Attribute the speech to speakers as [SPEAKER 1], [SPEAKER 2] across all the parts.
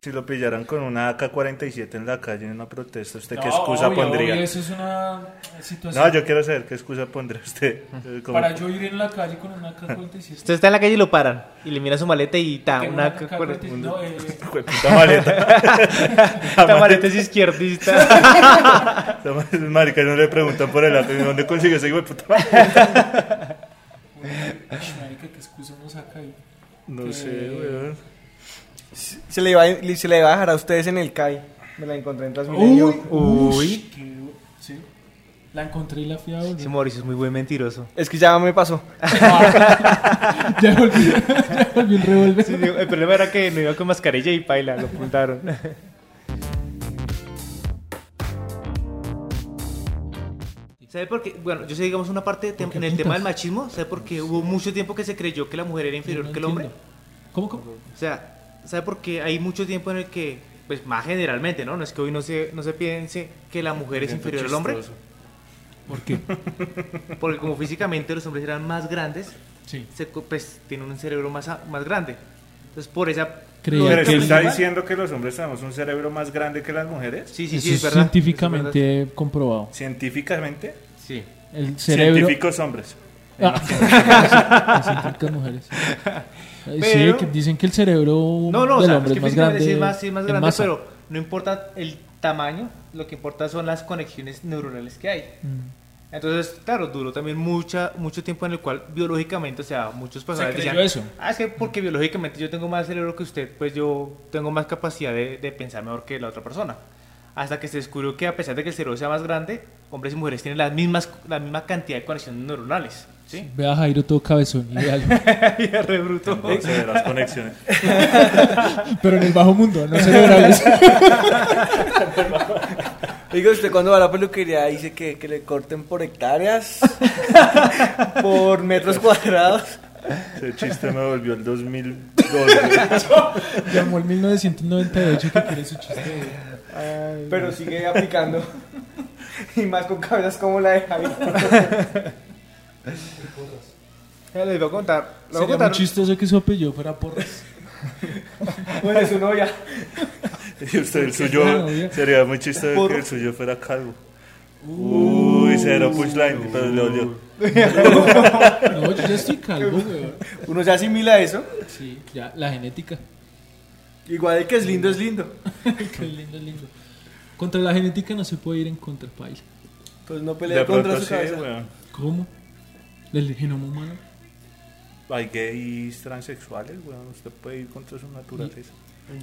[SPEAKER 1] Si lo pillaran con una AK-47 en la calle en una protesta, ¿usted qué
[SPEAKER 2] No,
[SPEAKER 1] excusa
[SPEAKER 2] obvio,
[SPEAKER 1] pondría?
[SPEAKER 2] obvio, eso es una situación.
[SPEAKER 1] No, yo quiero saber qué excusa pondría usted. eh, como-
[SPEAKER 2] Para yo ir en la calle con una AK-47.
[SPEAKER 3] Usted está en la calle y lo paran. Y le mira su maleta y ta,
[SPEAKER 2] tengo
[SPEAKER 3] una
[SPEAKER 2] AK-47, no, eh,
[SPEAKER 1] Jueputa maleta.
[SPEAKER 3] Esta maleta es izquierdista.
[SPEAKER 1] Esta Marica, no le preguntan por el arte. ¿Dónde consiguió ese hijo de puta maleta?
[SPEAKER 2] eh, uy, marica, qué excusa uno saca ahí.
[SPEAKER 1] No sé, weón.
[SPEAKER 4] Se le, iba, a- se le iba a dejar a ustedes en el CAI. Me la encontré en Transmilenio.
[SPEAKER 3] Uy.
[SPEAKER 2] Qué du- sí. La encontré y la fui a volver.
[SPEAKER 3] Ese Mauricio es muy buen mentiroso.
[SPEAKER 4] Es que ya me pasó.
[SPEAKER 2] Ah, ya volví, ya volví el revólver.
[SPEAKER 3] Sí, digo, el problema era que no iba con mascarilla y paila, lo apuntaron. ¿Sabe por qué? Bueno, yo sé, digamos, una parte de tem- en el tema del machismo. ¿Sabe por qué hubo mucho tiempo que se creyó que la mujer era inferior
[SPEAKER 2] No
[SPEAKER 3] que el hombre?
[SPEAKER 2] entiendo. ¿Cómo, cómo?
[SPEAKER 3] O sea, ¿sabe por qué hay mucho tiempo en el que, pues más generalmente, ¿no? No es que hoy no se, no se piense que la mujer es inferior al hombre,
[SPEAKER 2] ¿Por qué?
[SPEAKER 3] porque como físicamente los hombres eran más grandes,
[SPEAKER 2] Sí.
[SPEAKER 3] se co- pues tienen un cerebro más, a- más grande. Entonces, por esa...
[SPEAKER 2] Creía
[SPEAKER 3] lo de-
[SPEAKER 1] Pero
[SPEAKER 2] que-
[SPEAKER 1] usted está
[SPEAKER 2] Normal.
[SPEAKER 1] diciendo que los hombres tenemos un cerebro más grande que las mujeres.
[SPEAKER 3] Sí, sí,
[SPEAKER 2] Eso
[SPEAKER 3] sí, es
[SPEAKER 2] es
[SPEAKER 3] verdad. Eso
[SPEAKER 2] científicamente comprobado.
[SPEAKER 1] Científicamente,
[SPEAKER 3] es verdad. Sí.
[SPEAKER 2] El cerebro.
[SPEAKER 1] científicos hombres.
[SPEAKER 2] Ah. Las científicas mujeres. Eh,
[SPEAKER 3] Pero-
[SPEAKER 2] sí, que dicen que el cerebro
[SPEAKER 3] No, no, o
[SPEAKER 2] del
[SPEAKER 3] sea, es
[SPEAKER 2] hombre
[SPEAKER 3] que
[SPEAKER 2] es más
[SPEAKER 3] físicamente
[SPEAKER 2] grande.
[SPEAKER 3] sí es más, sí es más
[SPEAKER 2] en
[SPEAKER 3] grande,
[SPEAKER 2] masa.
[SPEAKER 3] pero no importa el tamaño, lo que importa son las conexiones neuronales que hay.
[SPEAKER 2] Mm.
[SPEAKER 3] Entonces, claro, duró también mucha, mucho tiempo en el cual biológicamente, o sea, muchos personajes
[SPEAKER 2] creyó
[SPEAKER 3] decían,
[SPEAKER 2] eso.
[SPEAKER 3] ah, es que porque biológicamente yo tengo más cerebro que usted, pues yo tengo más capacidad de, de pensar mejor que la otra persona. Hasta que se descubrió que a pesar de que el cerebro sea más grande, hombres y mujeres tienen las mismas, la misma cantidad de conexiones neuronales. ¿Sí?
[SPEAKER 2] Ve a Jairo todo cabezón y véalo.
[SPEAKER 3] Ya re bruto.
[SPEAKER 1] No se verán las conexiones.
[SPEAKER 2] Pero en el bajo mundo, no cerebrales.
[SPEAKER 4] Digo, usted cuando va a la peluquería dice que, que le corten por hectáreas, por metros cuadrados.
[SPEAKER 1] Ese chiste me volvió el 2002. weón.
[SPEAKER 2] Llamó el 1998 que quiere su chiste. de-
[SPEAKER 4] Pero sigue aplicando. Y más con cabezas como la de Javi.
[SPEAKER 3] Ya les voy a contar. Les voy
[SPEAKER 2] Sería
[SPEAKER 3] a
[SPEAKER 2] muy
[SPEAKER 3] contar-
[SPEAKER 2] chistoso que su apellido fuera Porras.
[SPEAKER 4] Bueno, su novia.
[SPEAKER 1] Y usted, el suyo sería muy chiste que el suyo fuera calvo. Uy, cero pushline, pero le olió.
[SPEAKER 2] No, yo ya estoy calvo, weón.
[SPEAKER 4] Uno se asimila eso.
[SPEAKER 2] Sí, ya, la genética.
[SPEAKER 4] Igual el que es lindo es lindo.
[SPEAKER 2] Qué lindo, lindo. Contra la genética no se puede ir en contra, paila.
[SPEAKER 4] Pues no pelea
[SPEAKER 1] De
[SPEAKER 4] contra
[SPEAKER 1] pronto
[SPEAKER 4] su
[SPEAKER 1] sí,
[SPEAKER 4] cabeza.
[SPEAKER 1] weón.
[SPEAKER 2] ¿Cómo? ¿Del genoma humano?
[SPEAKER 1] Hay gays transexuales, weón. Usted puede ir contra su naturaleza.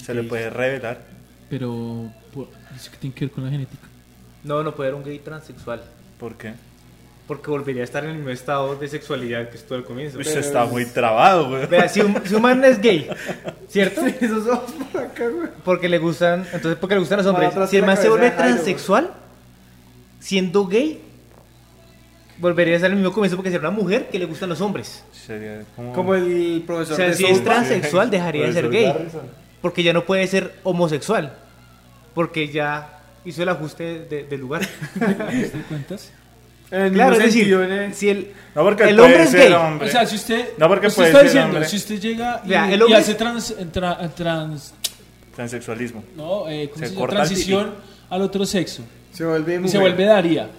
[SPEAKER 1] Se le puede revelar.
[SPEAKER 2] Pero, por- ¿eso qué tiene que ver con la genética?
[SPEAKER 3] No, no puede haber un gay transexual.
[SPEAKER 1] ¿Por qué?
[SPEAKER 3] Porque volvería a estar en el mismo estado de sexualidad que estuvo al comienzo.
[SPEAKER 2] Pues
[SPEAKER 1] Usted está muy trabado, weón.
[SPEAKER 3] Vea, si un, si un man es gay, ¿cierto? Porque le gustan, entonces porque le gustan los hombres.
[SPEAKER 4] atrás
[SPEAKER 3] Si el
[SPEAKER 4] la
[SPEAKER 3] man se
[SPEAKER 4] cabeza
[SPEAKER 3] vuelve
[SPEAKER 4] de Jairo,
[SPEAKER 3] transexual, siendo gay, volvería a estar en el mismo comienzo porque sería una mujer que le gustan los hombres.
[SPEAKER 1] Sería
[SPEAKER 4] Como
[SPEAKER 1] como.
[SPEAKER 4] el profesor
[SPEAKER 3] O sea,
[SPEAKER 4] de
[SPEAKER 3] si
[SPEAKER 4] Soul.
[SPEAKER 3] es transexual, dejaría de ser
[SPEAKER 1] Profesor
[SPEAKER 3] gay.
[SPEAKER 1] Garrison.
[SPEAKER 3] Porque ya no puede ser homosexual. Porque ya hizo el ajuste de- del lugar.
[SPEAKER 2] ¿Te cuentas?
[SPEAKER 4] En el mismo
[SPEAKER 3] Claro, es decir,
[SPEAKER 4] sentido, en el-
[SPEAKER 3] si el,
[SPEAKER 1] No, porque
[SPEAKER 3] el
[SPEAKER 1] puede
[SPEAKER 3] hombre es
[SPEAKER 1] ser
[SPEAKER 3] gay.
[SPEAKER 1] hombre.
[SPEAKER 2] O sea, si usted.
[SPEAKER 1] No, porque
[SPEAKER 2] usted
[SPEAKER 1] puede
[SPEAKER 2] está
[SPEAKER 1] ser
[SPEAKER 2] diciendo,
[SPEAKER 1] hombre.
[SPEAKER 2] si usted llega y,
[SPEAKER 3] Vea, el
[SPEAKER 2] y
[SPEAKER 3] hombre-
[SPEAKER 2] hace trans. eh, tra- trans
[SPEAKER 1] Transexualismo.
[SPEAKER 2] no, eh, ¿cómo
[SPEAKER 1] Se
[SPEAKER 2] se llama?
[SPEAKER 1] corta el
[SPEAKER 2] Transición al otro sexo.
[SPEAKER 4] Se vuelve
[SPEAKER 2] Y
[SPEAKER 4] mujer.
[SPEAKER 2] se vuelve Daría.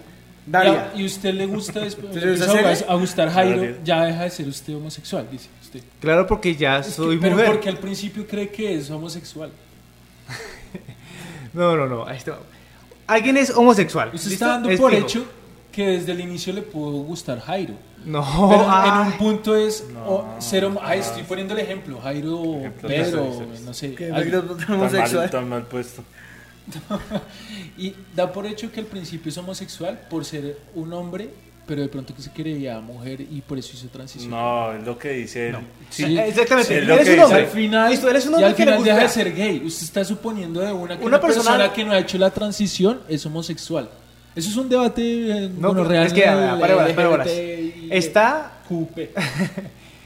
[SPEAKER 4] Daria.
[SPEAKER 2] Y a- Y usted le gusta después.
[SPEAKER 4] ¿Te
[SPEAKER 2] le empieza
[SPEAKER 4] gusta
[SPEAKER 2] a,
[SPEAKER 4] ser
[SPEAKER 2] a gustar Jairo,
[SPEAKER 1] Daria.
[SPEAKER 2] ya deja de ser usted homosexual, dice usted.
[SPEAKER 3] Claro, porque ya
[SPEAKER 2] Es que-
[SPEAKER 3] soy
[SPEAKER 2] pero
[SPEAKER 3] mujer.
[SPEAKER 2] porque al principio cree que es homosexual.
[SPEAKER 3] No, no, no. ahí está. Alguien es homosexual.
[SPEAKER 2] Usted
[SPEAKER 3] ¿listo?
[SPEAKER 2] está dando
[SPEAKER 3] Es
[SPEAKER 2] por
[SPEAKER 3] fijo.
[SPEAKER 2] hecho que desde el inicio le pudo gustar Jairo.
[SPEAKER 3] No.
[SPEAKER 2] Pero en
[SPEAKER 3] ay.
[SPEAKER 2] un punto es o- ser homo- ay, estoy poniendo el ejemplo, Jairo,
[SPEAKER 1] Ejemplo,
[SPEAKER 2] Pedro,
[SPEAKER 1] sí, sí, sí.
[SPEAKER 2] no sé.
[SPEAKER 4] Que
[SPEAKER 2] alguien.
[SPEAKER 4] es
[SPEAKER 1] Tan mal,
[SPEAKER 4] homosexual.
[SPEAKER 1] tan mal puesto.
[SPEAKER 2] Y da por hecho que al principio es homosexual por ser un hombre, pero de pronto que se creía mujer y por eso hizo transición.
[SPEAKER 1] No, es lo que dice él.
[SPEAKER 2] Sí.
[SPEAKER 3] Exactamente.
[SPEAKER 1] Sí, es
[SPEAKER 3] él
[SPEAKER 1] lo
[SPEAKER 3] es
[SPEAKER 1] que
[SPEAKER 3] un
[SPEAKER 1] dice.
[SPEAKER 3] hombre.
[SPEAKER 2] Al final,
[SPEAKER 3] Listo, él es un
[SPEAKER 2] y
[SPEAKER 3] hombre
[SPEAKER 2] al
[SPEAKER 3] que le
[SPEAKER 2] final deja
[SPEAKER 3] gusta.
[SPEAKER 2] de ser gay. Usted está suponiendo de una que
[SPEAKER 3] Una
[SPEAKER 2] una,
[SPEAKER 3] persona-
[SPEAKER 2] persona... que no ha hecho la transición es homosexual. Eso es un debate
[SPEAKER 3] No,
[SPEAKER 2] no, real. eh,
[SPEAKER 3] es que, a ver, para bolas, para bolas. Está,
[SPEAKER 2] Cupe.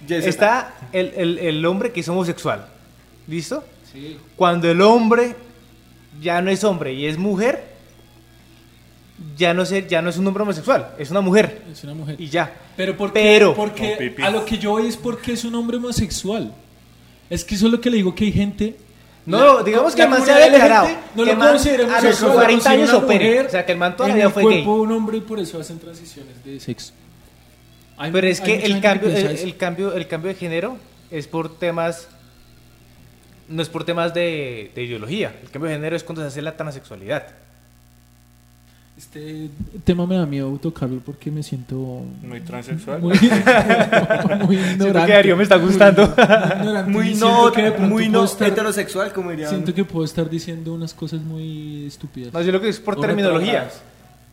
[SPEAKER 4] YZ.
[SPEAKER 3] está el, el- el hombre que es homosexual. ¿Listo? Cuando el hombre ya no es hombre y es mujer, ya no, es, ya no es un hombre homosexual, es una mujer.
[SPEAKER 2] es una mujer.
[SPEAKER 3] Y ya.
[SPEAKER 2] Pero porque,
[SPEAKER 3] Pero-
[SPEAKER 1] Con
[SPEAKER 2] porque
[SPEAKER 1] pipí.
[SPEAKER 2] a lo que yo voy es porque es un hombre homosexual. Es que eso es lo que le digo que hay gente
[SPEAKER 3] No, digamos que
[SPEAKER 2] la
[SPEAKER 3] el man se ha
[SPEAKER 2] comunidad LGBT
[SPEAKER 3] declarado.
[SPEAKER 2] no
[SPEAKER 3] que
[SPEAKER 2] lo
[SPEAKER 3] el man
[SPEAKER 2] consideremos
[SPEAKER 3] a los
[SPEAKER 2] sexual, lo
[SPEAKER 3] 40 años
[SPEAKER 2] considera una
[SPEAKER 3] opere.
[SPEAKER 2] mujer
[SPEAKER 3] O sea, que el man
[SPEAKER 2] en
[SPEAKER 3] todavía
[SPEAKER 2] el
[SPEAKER 3] fue
[SPEAKER 2] cuerpo
[SPEAKER 3] gay.
[SPEAKER 2] de un hombre y por eso hacen transiciones de sexo. Hay-
[SPEAKER 3] Pero es
[SPEAKER 2] hay
[SPEAKER 3] que
[SPEAKER 2] mucha
[SPEAKER 3] el
[SPEAKER 2] gente
[SPEAKER 3] cambio,
[SPEAKER 2] piensa
[SPEAKER 3] el,
[SPEAKER 2] eso.
[SPEAKER 3] el cambio, el cambio de género es por temas, no es por temas de, de ideología. El cambio de género es cuando se hace la transexualidad.
[SPEAKER 2] Este tema me da miedo tocarlo porque me siento muy,
[SPEAKER 1] Muy transexual.
[SPEAKER 2] muy ignorante.
[SPEAKER 3] que Darío me está gustando.
[SPEAKER 2] Muy, ignorante y
[SPEAKER 4] Muy
[SPEAKER 2] siento
[SPEAKER 4] no,
[SPEAKER 2] que de pronto
[SPEAKER 4] muy
[SPEAKER 2] puedo
[SPEAKER 4] no
[SPEAKER 2] estar-
[SPEAKER 4] heterosexual, como dirían.
[SPEAKER 2] Siento que puedo estar diciendo unas cosas muy estúpidas.
[SPEAKER 3] No, yo lo que es por
[SPEAKER 2] O
[SPEAKER 3] terminología.
[SPEAKER 2] retrasadas.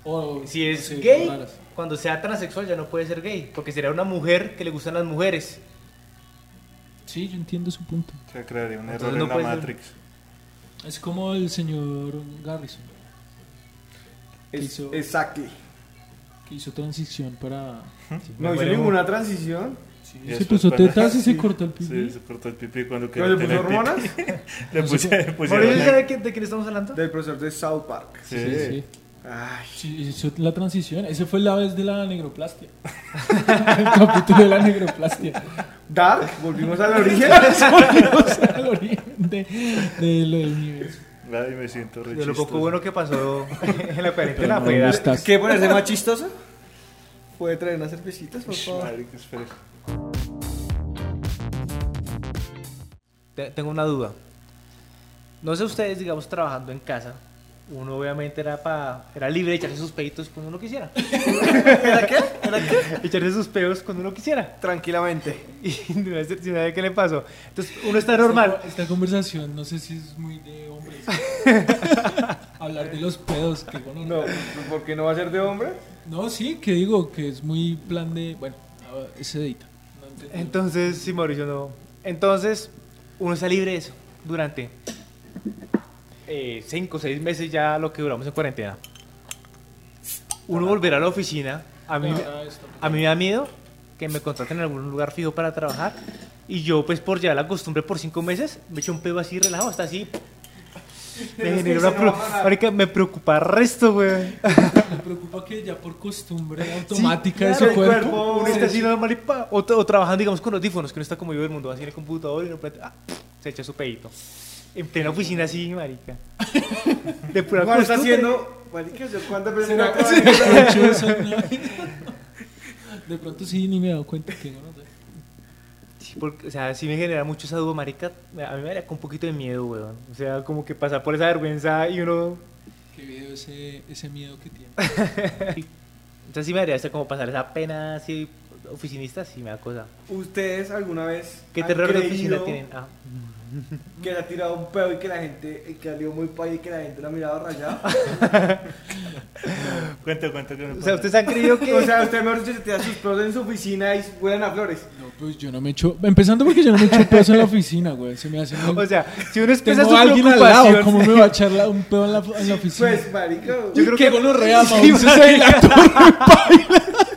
[SPEAKER 2] O-
[SPEAKER 3] Si es
[SPEAKER 2] sí,
[SPEAKER 3] gay,
[SPEAKER 2] raras.
[SPEAKER 3] cuando sea transexual ya no puede ser gay, porque será una mujer que le gustan las mujeres.
[SPEAKER 2] Sí, yo entiendo su punto.
[SPEAKER 1] Se crearía un
[SPEAKER 3] Entonces
[SPEAKER 1] error
[SPEAKER 3] no
[SPEAKER 1] en la
[SPEAKER 3] puede ser.
[SPEAKER 1] Matrix.
[SPEAKER 2] Es como el señor Garrison, que
[SPEAKER 4] Es-
[SPEAKER 2] hizo-
[SPEAKER 4] Exacto.
[SPEAKER 2] que hizo transición para...
[SPEAKER 4] No hizo
[SPEAKER 3] Bueno,
[SPEAKER 4] ninguna transición.
[SPEAKER 1] Y
[SPEAKER 2] Sí, se
[SPEAKER 1] después
[SPEAKER 2] puso
[SPEAKER 1] cuando-
[SPEAKER 2] tetas y se
[SPEAKER 4] Sí,
[SPEAKER 2] cortó el pipí.
[SPEAKER 1] Sí, se cortó el pipí cuando
[SPEAKER 4] ¿No
[SPEAKER 1] quería
[SPEAKER 4] le
[SPEAKER 1] tener
[SPEAKER 4] puso
[SPEAKER 1] pipí.
[SPEAKER 4] hormonas?
[SPEAKER 1] Le
[SPEAKER 2] No
[SPEAKER 1] puse,
[SPEAKER 2] sé
[SPEAKER 1] pusieron...
[SPEAKER 3] Mauricio,
[SPEAKER 1] el-
[SPEAKER 3] ¿sabe quién- de quién estamos hablando?
[SPEAKER 4] Del profesor de South Park.
[SPEAKER 1] Sí,
[SPEAKER 2] Sí, sí.
[SPEAKER 4] Ay,
[SPEAKER 2] Sí, hizo la transición. Esa fue la vez de la negroplastia. el capítulo de la negroplastia.
[SPEAKER 4] Dark, volvimos al origen.
[SPEAKER 2] Volvimos al origen de, de lo del universo.
[SPEAKER 1] Ay, me siento re
[SPEAKER 3] De lo poco
[SPEAKER 1] chistoso.
[SPEAKER 3] bueno que pasó en la cuarentena
[SPEAKER 2] Pero
[SPEAKER 3] fue
[SPEAKER 2] no
[SPEAKER 3] dar-
[SPEAKER 2] estás.
[SPEAKER 4] ¿Qué ponerse más chistoso? ¿Puede traer unas cervecitas, por favor?
[SPEAKER 1] Marica, espera.
[SPEAKER 3] Te- Tengo una duda. No sé ustedes, digamos, trabajando en casa, uno obviamente era pa, era libre de echarse sus peitos cuando uno quisiera.
[SPEAKER 4] ¿Era qué? ¿Era qué?
[SPEAKER 3] echarse sus peos cuando uno quisiera.
[SPEAKER 4] Tranquilamente.
[SPEAKER 3] Y no es si nadie qué le pasó. Entonces, uno está normal.
[SPEAKER 2] Esta, esta conversación, no sé si es muy de hombres. Hablar de los pedos, que bueno,
[SPEAKER 4] No,
[SPEAKER 2] no.
[SPEAKER 4] ¿por qué no va a ser de hombre?
[SPEAKER 2] No, sí, que digo que es muy plan de. Bueno, a ver, ese edita. No entiendo.
[SPEAKER 3] Entonces, sí, Mauricio, no. Entonces, uno está libre de eso durante eh, cinco o seis meses ya lo que duramos en cuarentena. Uno volverá a la oficina. A mí, me-
[SPEAKER 2] Ah, esto.
[SPEAKER 3] A mí me da miedo que me contraten en algún lugar fijo para trabajar y yo pues por llevar la costumbre por cinco meses me echo un pedo así relajado hasta así. Me genera una pro- Marica, me preocupa resto, güey.
[SPEAKER 2] Me preocupa que ya por costumbre automática
[SPEAKER 3] claro,
[SPEAKER 2] de su
[SPEAKER 3] el
[SPEAKER 2] cuerpo.
[SPEAKER 3] Uno está así normal y pa, o, tra- o trabajando digamos con audífonos, que no está como yo del mundo, así en el computador y no plante- ah, se echa su pedito. En plena oficina así, marica. De pura
[SPEAKER 4] Juan está
[SPEAKER 3] costumbre.
[SPEAKER 4] haciendo. Marica, ¿yo ¿Cuántas veces me
[SPEAKER 2] Será que
[SPEAKER 4] acabo
[SPEAKER 2] se
[SPEAKER 4] de-
[SPEAKER 2] escuchó eso, ¿no? De pronto sí, ni me he dado cuenta que no, no sé.
[SPEAKER 3] Sí, porque, o sea, sí me genera mucho esa duda, marica. A mí me daría con un poquito de miedo, weón. O sea, como que pasar por esa vergüenza y uno...
[SPEAKER 2] Qué video ese, ese miedo que tiene.
[SPEAKER 3] O sea, sí me daría hasta como pasar esa pena así oficinista, sí me da cosa.
[SPEAKER 4] ¿Ustedes alguna vez.
[SPEAKER 3] ¿Qué
[SPEAKER 4] han
[SPEAKER 3] terror de oficina
[SPEAKER 4] creído
[SPEAKER 3] tienen? Ah.
[SPEAKER 4] Que le ha tirado un pedo y que la gente. y Que salió muy pay y que la gente lo ha mirado rayado.
[SPEAKER 1] Cuenta, cuenta que me
[SPEAKER 3] O
[SPEAKER 1] pasa.
[SPEAKER 3] sea, ¿ustedes han creído que...?
[SPEAKER 4] O sea, usted mejor dicho se tira sus pedos en su oficina y huelen a flores.
[SPEAKER 2] No, pues yo no me echo. Empezando porque yo no me echo peso en la oficina, güey. Se me hace muy.
[SPEAKER 3] o sea, si uno expresa
[SPEAKER 2] Tengo
[SPEAKER 3] su
[SPEAKER 2] a alguien al lado.
[SPEAKER 3] preocupación...
[SPEAKER 2] ¿Cómo me va a echar la- un pedo en la, en la oficina?
[SPEAKER 4] Pues, marica.
[SPEAKER 2] yo creo que con los reamos.
[SPEAKER 3] Sí,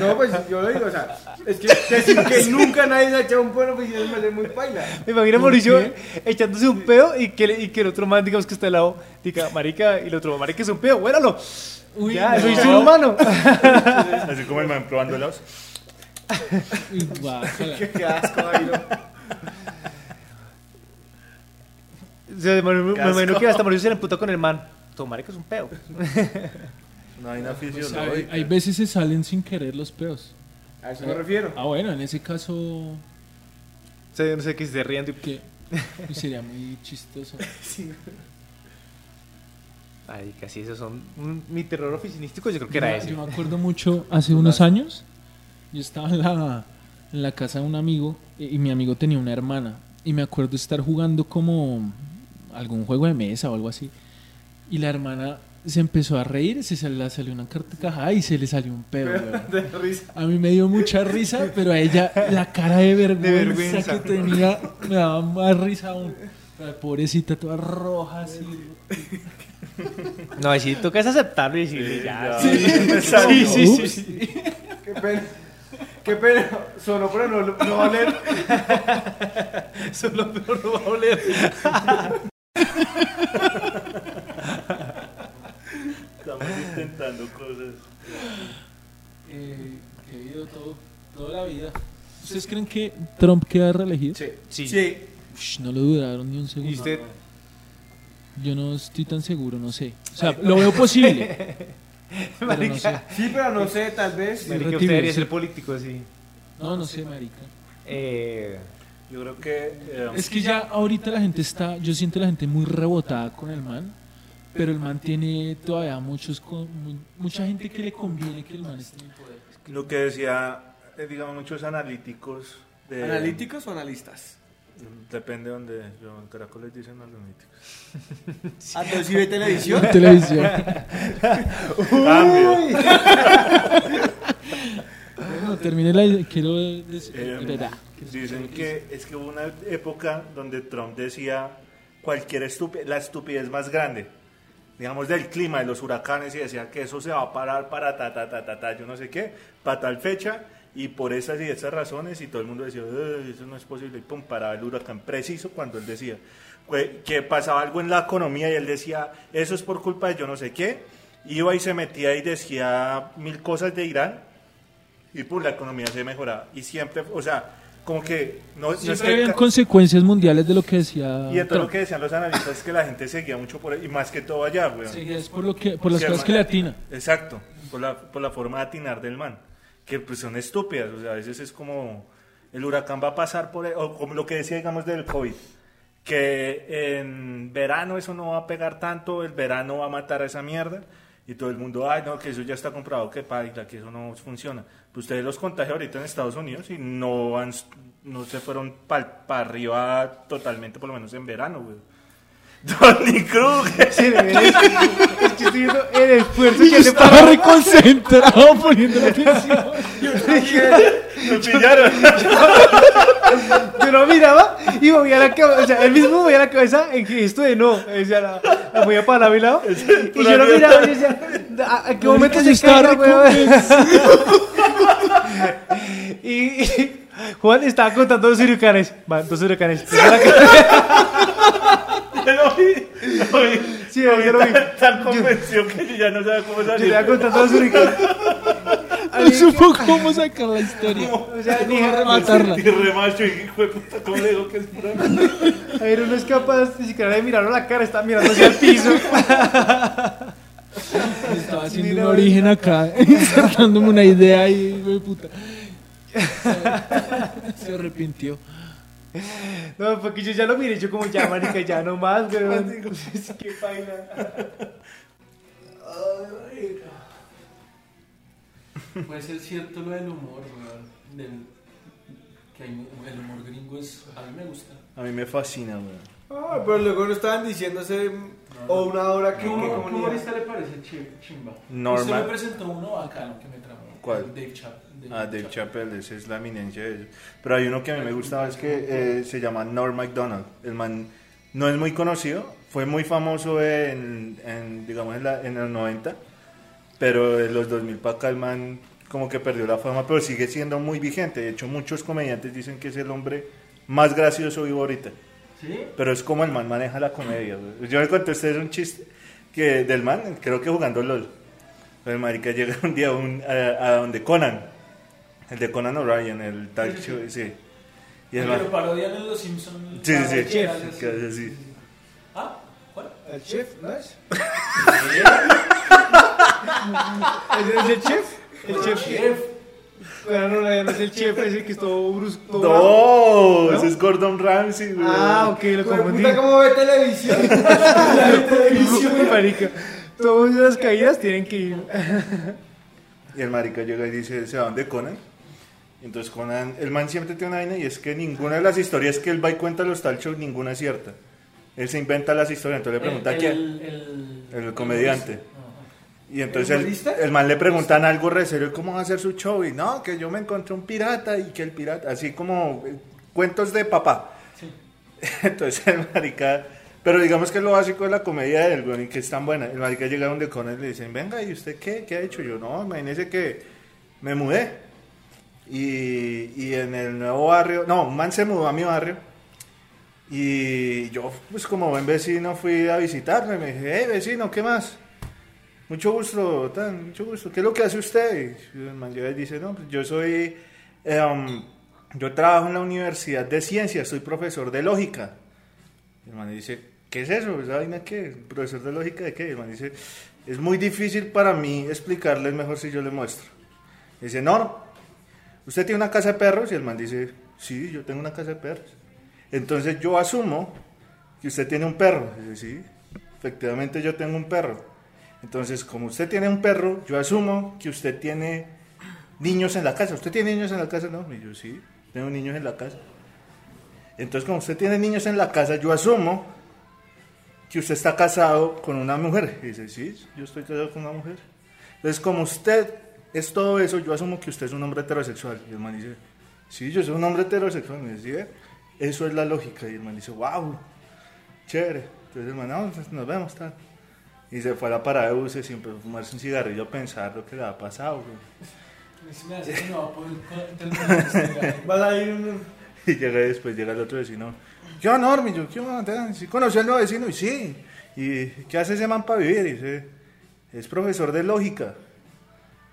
[SPEAKER 4] No, pues yo lo digo, o sea, es que decir que nunca nadie se ha echado un pedo en la oficina me hace muy paila.
[SPEAKER 3] Me imagino a
[SPEAKER 2] ¿Por
[SPEAKER 3] Mauricio
[SPEAKER 2] qué?
[SPEAKER 3] echándose un pedo y que, le- y que el otro man, digamos que está al lado, diga, marica, y el otro, marica, es un pedo, huélalo.
[SPEAKER 2] Uy,
[SPEAKER 3] ya,
[SPEAKER 2] no.
[SPEAKER 3] soy ser humano.
[SPEAKER 1] Así como el man probando los.
[SPEAKER 2] Uy, guácala.
[SPEAKER 4] Qué, qué asco, Dairo.
[SPEAKER 3] O sea, me, me- me
[SPEAKER 1] Casco.
[SPEAKER 3] imagino que hasta Mauricio se le emputó con el man. Todo marica es un pedo.
[SPEAKER 1] No hay una
[SPEAKER 3] Pues
[SPEAKER 2] O sea, hay,
[SPEAKER 1] fisiológica.
[SPEAKER 2] hay veces se salen sin querer los pedos.
[SPEAKER 4] A eso me refiero.
[SPEAKER 2] Ah, bueno, en ese caso.
[SPEAKER 3] O sea, yo no sé qué se riendo y...
[SPEAKER 2] que uy, Sería muy chistoso.
[SPEAKER 3] Ay, casi esos son un- mi terror oficinístico, yo creo que era
[SPEAKER 2] Yo-
[SPEAKER 3] ese.
[SPEAKER 2] Yo me acuerdo mucho, hace unos años, yo estaba en la, en la casa de un amigo eh, y, y mi amigo tenía una hermana. Y me acuerdo estar jugando como algún juego de mesa o algo así. Y la hermana se empezó a reír, se sal- la salió una carcajada y se le salió un pedo. weón.
[SPEAKER 4] De risa.
[SPEAKER 2] A mí me dio mucha risa, pero a ella la cara de vergüenza,
[SPEAKER 3] De vergüenza.
[SPEAKER 2] que tenía me daba más risa aún. La Pobrecita, toda roja así.
[SPEAKER 3] No, ahí sí, toca es aceptarlo y decirle ya.
[SPEAKER 1] Sí,
[SPEAKER 3] Sí,
[SPEAKER 1] ya.
[SPEAKER 3] sí, sí, sí, sí.
[SPEAKER 4] Qué pena. Qué pena. Sonó, pero no, no va a leer.
[SPEAKER 3] Eso es lo peor, no va a oler.
[SPEAKER 1] Estamos intentando cosas.
[SPEAKER 2] Eh, he vivido todo, toda la vida. ¿Ustedes creen que Trump queda reelegido?
[SPEAKER 4] Sí.
[SPEAKER 3] Sí.
[SPEAKER 4] Sí.
[SPEAKER 2] Ush, no lo dudaron ni un segundo.
[SPEAKER 3] Y usted,
[SPEAKER 2] Yo no estoy tan seguro, no sé. O sea, lo veo posible. no
[SPEAKER 3] marica,
[SPEAKER 2] sé.
[SPEAKER 4] Sí, pero no sé, tal vez.
[SPEAKER 3] marica,
[SPEAKER 2] retiro,
[SPEAKER 3] usted debería
[SPEAKER 2] sí.
[SPEAKER 3] ser político, sí.
[SPEAKER 2] No, no sé, marica.
[SPEAKER 3] Eh,
[SPEAKER 1] Yo creo que. eh,
[SPEAKER 2] Es que ya ahorita la gente está, yo siento la gente muy rebotada con el man, pero el man tiene todavía muchos, con- mu- mucha gente que le conviene que el man esté en el poder.
[SPEAKER 1] Lo que decía, eh, digamos, muchos analíticos. De,
[SPEAKER 4] ¿Analíticos o analistas?
[SPEAKER 1] Depende de donde. Yo en Caracol les dicen analíticos.
[SPEAKER 4] Ah, entonces sí ve televisión.
[SPEAKER 2] En televisión.
[SPEAKER 1] Cambio.
[SPEAKER 2] Bueno, terminé la quiero decir,
[SPEAKER 1] Eh,
[SPEAKER 2] verdad.
[SPEAKER 1] Dicen que es que hubo una época donde Trump decía cualquier estupidez, la estupidez más grande, digamos del clima, de los huracanes, y decía que eso se va a parar para ta, ta, ta, ta, ta, yo no sé qué, para tal fecha, y por esas y esas razones, y todo el mundo decía, "Ey, eso no es posible, y pum, paraba el huracán preciso cuando él decía que- que pasaba algo en la economía, y él decía, eso es por culpa de yo no sé qué, iba y se metía y decía mil cosas de Irán, y por la economía se mejoraba. Y siempre, o sea, como que no, no es
[SPEAKER 2] Siempre
[SPEAKER 1] que
[SPEAKER 2] habían
[SPEAKER 1] ca-
[SPEAKER 2] consecuencias mundiales de lo que decía
[SPEAKER 1] y entonces lo
[SPEAKER 2] Trump.
[SPEAKER 1] que decían los analistas es que la gente seguía mucho por ahí, y más que todo allá, weón.
[SPEAKER 2] Sí, es por, lo que, por las
[SPEAKER 1] Sí,
[SPEAKER 2] cosas
[SPEAKER 1] hermano.
[SPEAKER 2] que le atina.
[SPEAKER 1] Exacto, por la, por la forma de atinar del man, que pues son estúpidas, o sea, a veces es como el huracán va a pasar por, ahí, o como lo que decía, digamos, del COVID, que en verano eso no va a pegar tanto, el verano va a matar a esa mierda, y todo el mundo, ay, no, que eso ya está comprobado, que paila, que eso no funciona. Pues ustedes los contagian ahorita en Estados Unidos y no, han, no se fueron para arriba totalmente, por lo menos en verano, güey. Donny Kruger.
[SPEAKER 3] sí, de verdad, es que- es que estoy viendo el esfuerzo
[SPEAKER 2] Y
[SPEAKER 3] que
[SPEAKER 2] yo
[SPEAKER 3] hace para...
[SPEAKER 2] estaba reconcentrado poniendo la atención.
[SPEAKER 1] Me pillaron.
[SPEAKER 3] Yo lo miraba y movía la cabeza, o sea, él mismo movía la cabeza en que esto de no, o sea, la, la movía para mi lado. Y yo lo miraba y decía, ¿a, a qué momento
[SPEAKER 2] Marica, yo
[SPEAKER 3] se
[SPEAKER 2] estaba
[SPEAKER 3] carga, weón?
[SPEAKER 2] reconvencido.
[SPEAKER 3] Y, y Juan estaba contando los huracanes. Van, dos huracanes. Sí,
[SPEAKER 1] Yo lo vi, lo vi.
[SPEAKER 3] yo lo vi.
[SPEAKER 1] Tan, tan convencido que yo ya no sabía cómo
[SPEAKER 3] Yo
[SPEAKER 1] salir.
[SPEAKER 3] estaba contando los huracanes.
[SPEAKER 2] No supo cómo sacar la historia.
[SPEAKER 3] O sea, dije,
[SPEAKER 2] rematarla.
[SPEAKER 1] Y remacho y hijo de puta, ¿cómo le digo que es pura?
[SPEAKER 3] a ver, uno es capaz ni siquiera de mirarlo a la cara, está mirando hacia el piso.
[SPEAKER 2] Estaba haciendo
[SPEAKER 3] Mira,
[SPEAKER 2] un origen acá, insertándome una idea y hijo de puta. Se arrepintió.
[SPEAKER 3] No, porque yo ya lo miré, yo como ya, marica, ya no más, weón. Pues Es que baila.
[SPEAKER 2] Puede ser Pues cierto lo del humor, weón. Del, que hay- el humor gringo es. A mí me gusta.
[SPEAKER 1] A mí me fascina, weón.
[SPEAKER 4] Ah, pero luego no estaban diciendo hace o una hora
[SPEAKER 2] ¿Qué
[SPEAKER 4] que, que
[SPEAKER 2] humor- qué
[SPEAKER 4] comunidad.
[SPEAKER 2] humorista le parece chi- chimba?
[SPEAKER 1] Norman.
[SPEAKER 2] Usted me presentó uno bacano que me tramó.
[SPEAKER 1] ¿Cuál?
[SPEAKER 2] Dave Chap.
[SPEAKER 1] Ah, Dave Chappelle, esa es la eminencia de eso. Pero hay uno que a mí me gustaba, es que eh, se llama Norm MacDonald. El man no es muy conocido, fue muy famoso en, en, digamos, en, la- en los 90, pero de los 2000 para acá el man como que perdió la fama, pero sigue siendo muy vigente. De hecho, muchos comediantes dicen que es el hombre más gracioso vivo ahorita.
[SPEAKER 2] ¿Sí?
[SPEAKER 1] Pero es como el man maneja la comedia. güey. Yo le conté a ustedes un chiste que del man, creo que jugando LOL. El marica llega un día a un- a, a donde Conan, el de Conan O'Brien, el tal show, sí. Y el man,
[SPEAKER 2] Pero parodian en Los Simpsons.
[SPEAKER 1] sí, sí, sí,
[SPEAKER 2] Ah,
[SPEAKER 1] que hace así.
[SPEAKER 2] Ah, ¿cuál?
[SPEAKER 4] El chef, ¿no es?
[SPEAKER 3] ¿Es, es el chef? El chef. Bueno, no, no, no es el chef, es el que estuvo brusco.
[SPEAKER 1] No, ese es Gordon Ramsay, güey.
[SPEAKER 3] Ah, ok, lo
[SPEAKER 4] Hijo de
[SPEAKER 3] confundí.
[SPEAKER 4] puta, ¿cómo ve televisión?
[SPEAKER 3] Uy, marica. Todas las caídas tienen que ir.
[SPEAKER 1] Y el marica llega y dice, ¿se va donde Conan? Entonces Conan, el man siempre tiene una vaina y es que ninguna de las historias que él va y cuenta a los tal shows, ninguna es cierta. Él se inventa las historias, entonces le pregunta a quién.
[SPEAKER 2] El, el,
[SPEAKER 1] El comediante. Y entonces
[SPEAKER 4] ¿El
[SPEAKER 1] el,
[SPEAKER 4] humorista?
[SPEAKER 1] el man le preguntan algo re serio, ¿cómo va a hacer su show? Y no, que yo me encontré un pirata y que el pirata, así como eh, cuentos de papá. Entonces el marica, pero digamos que es lo básico de la comedia del güey, que es tan buena. El marica llega donde con él y le dicen, venga, ¿y usted qué? ¿Qué ha hecho? Yo, no, imagínese que me mudé. Y, y en el nuevo barrio, no, un man se mudó a mi barrio. Y yo, pues como buen vecino, fui a visitarlo y me dije, hey vecino, ¿qué más? Mucho gusto, tan, mucho gusto. ¿Qué es lo que hace usted? Y el man llega y dice, no, pues yo soy eh, um, yo trabajo en la Universidad de Ciencias, soy profesor de lógica. Y el man dice, ¿qué es eso? ¿Esa vaina qué? ¿Profesor de lógica de qué? Y el man dice, es muy difícil para mí explicarles mejor si yo le muestro. Y dice, no, no, usted tiene una casa de perros y el man dice, sí, yo tengo una casa de perros. Entonces yo asumo que usted tiene un perro. Y dice, sí, efectivamente yo tengo un perro. Entonces, como usted tiene un perro, yo asumo que usted tiene niños en la casa. ¿Usted tiene niños en la casa? No, y yo sí, tengo niños en la casa. Entonces, como usted tiene niños en la casa, yo asumo que usted está casado con una mujer. Y dice, sí, yo estoy casado con una mujer. Entonces, como usted es todo eso, yo asumo que usted es un hombre heterosexual. Y el man dice, sí, yo soy un hombre heterosexual. Y dice, "Ve, eso es la lógica. Y el man dice, wow, chévere. Entonces el man, "Ah, pues, nos vemos, tal. Y se fue a la parada de buses siempre fumarse un cigarrillo a pensar lo que le ha pasado, güey.
[SPEAKER 4] Vas a ir un...
[SPEAKER 1] Y llega después, llega el otro vecino. ¿Qué va, Normi? Yo, ¿qué va? Te- ¿Sí conoció al nuevo vecino? Y sí. ¿Y qué hace ese man para vivir? Y dice, es profesor de lógica.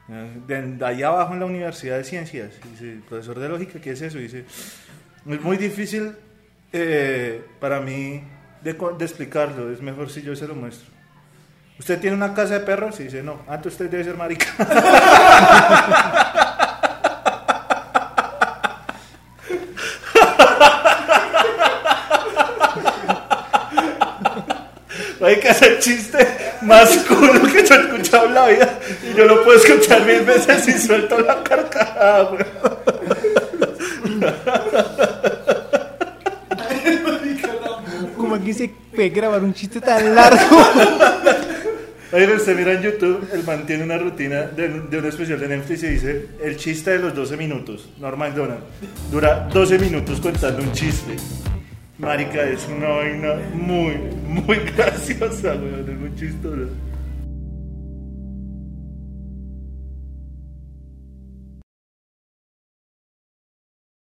[SPEAKER 1] Eh, De allá abajo en la Universidad de Ciencias. Y dice, profesor de lógica, ¿qué es eso? Y dice, es muy difícil eh, para mí de, co- de explicarlo. Es mejor si yo se lo muestro. ¿Usted tiene una casa de perros? Y dice, no. Antes usted debe ser marica. Hay que hacer chiste más culo que yo he escuchado en la vida. Y yo lo puedo escuchar mil veces y suelto la carcajada, güey.
[SPEAKER 3] Como aquí se puede grabar un chiste tan largo.
[SPEAKER 1] Oye, usted mira en YouTube, el man tiene una rutina de, de un especial de Netflix y dice el chiste de los 12 minutos. Normal Donald. Dura 12 minutos contando un chiste. Marica, es una vaina muy, muy graciosa, güey. Es muy chistosa.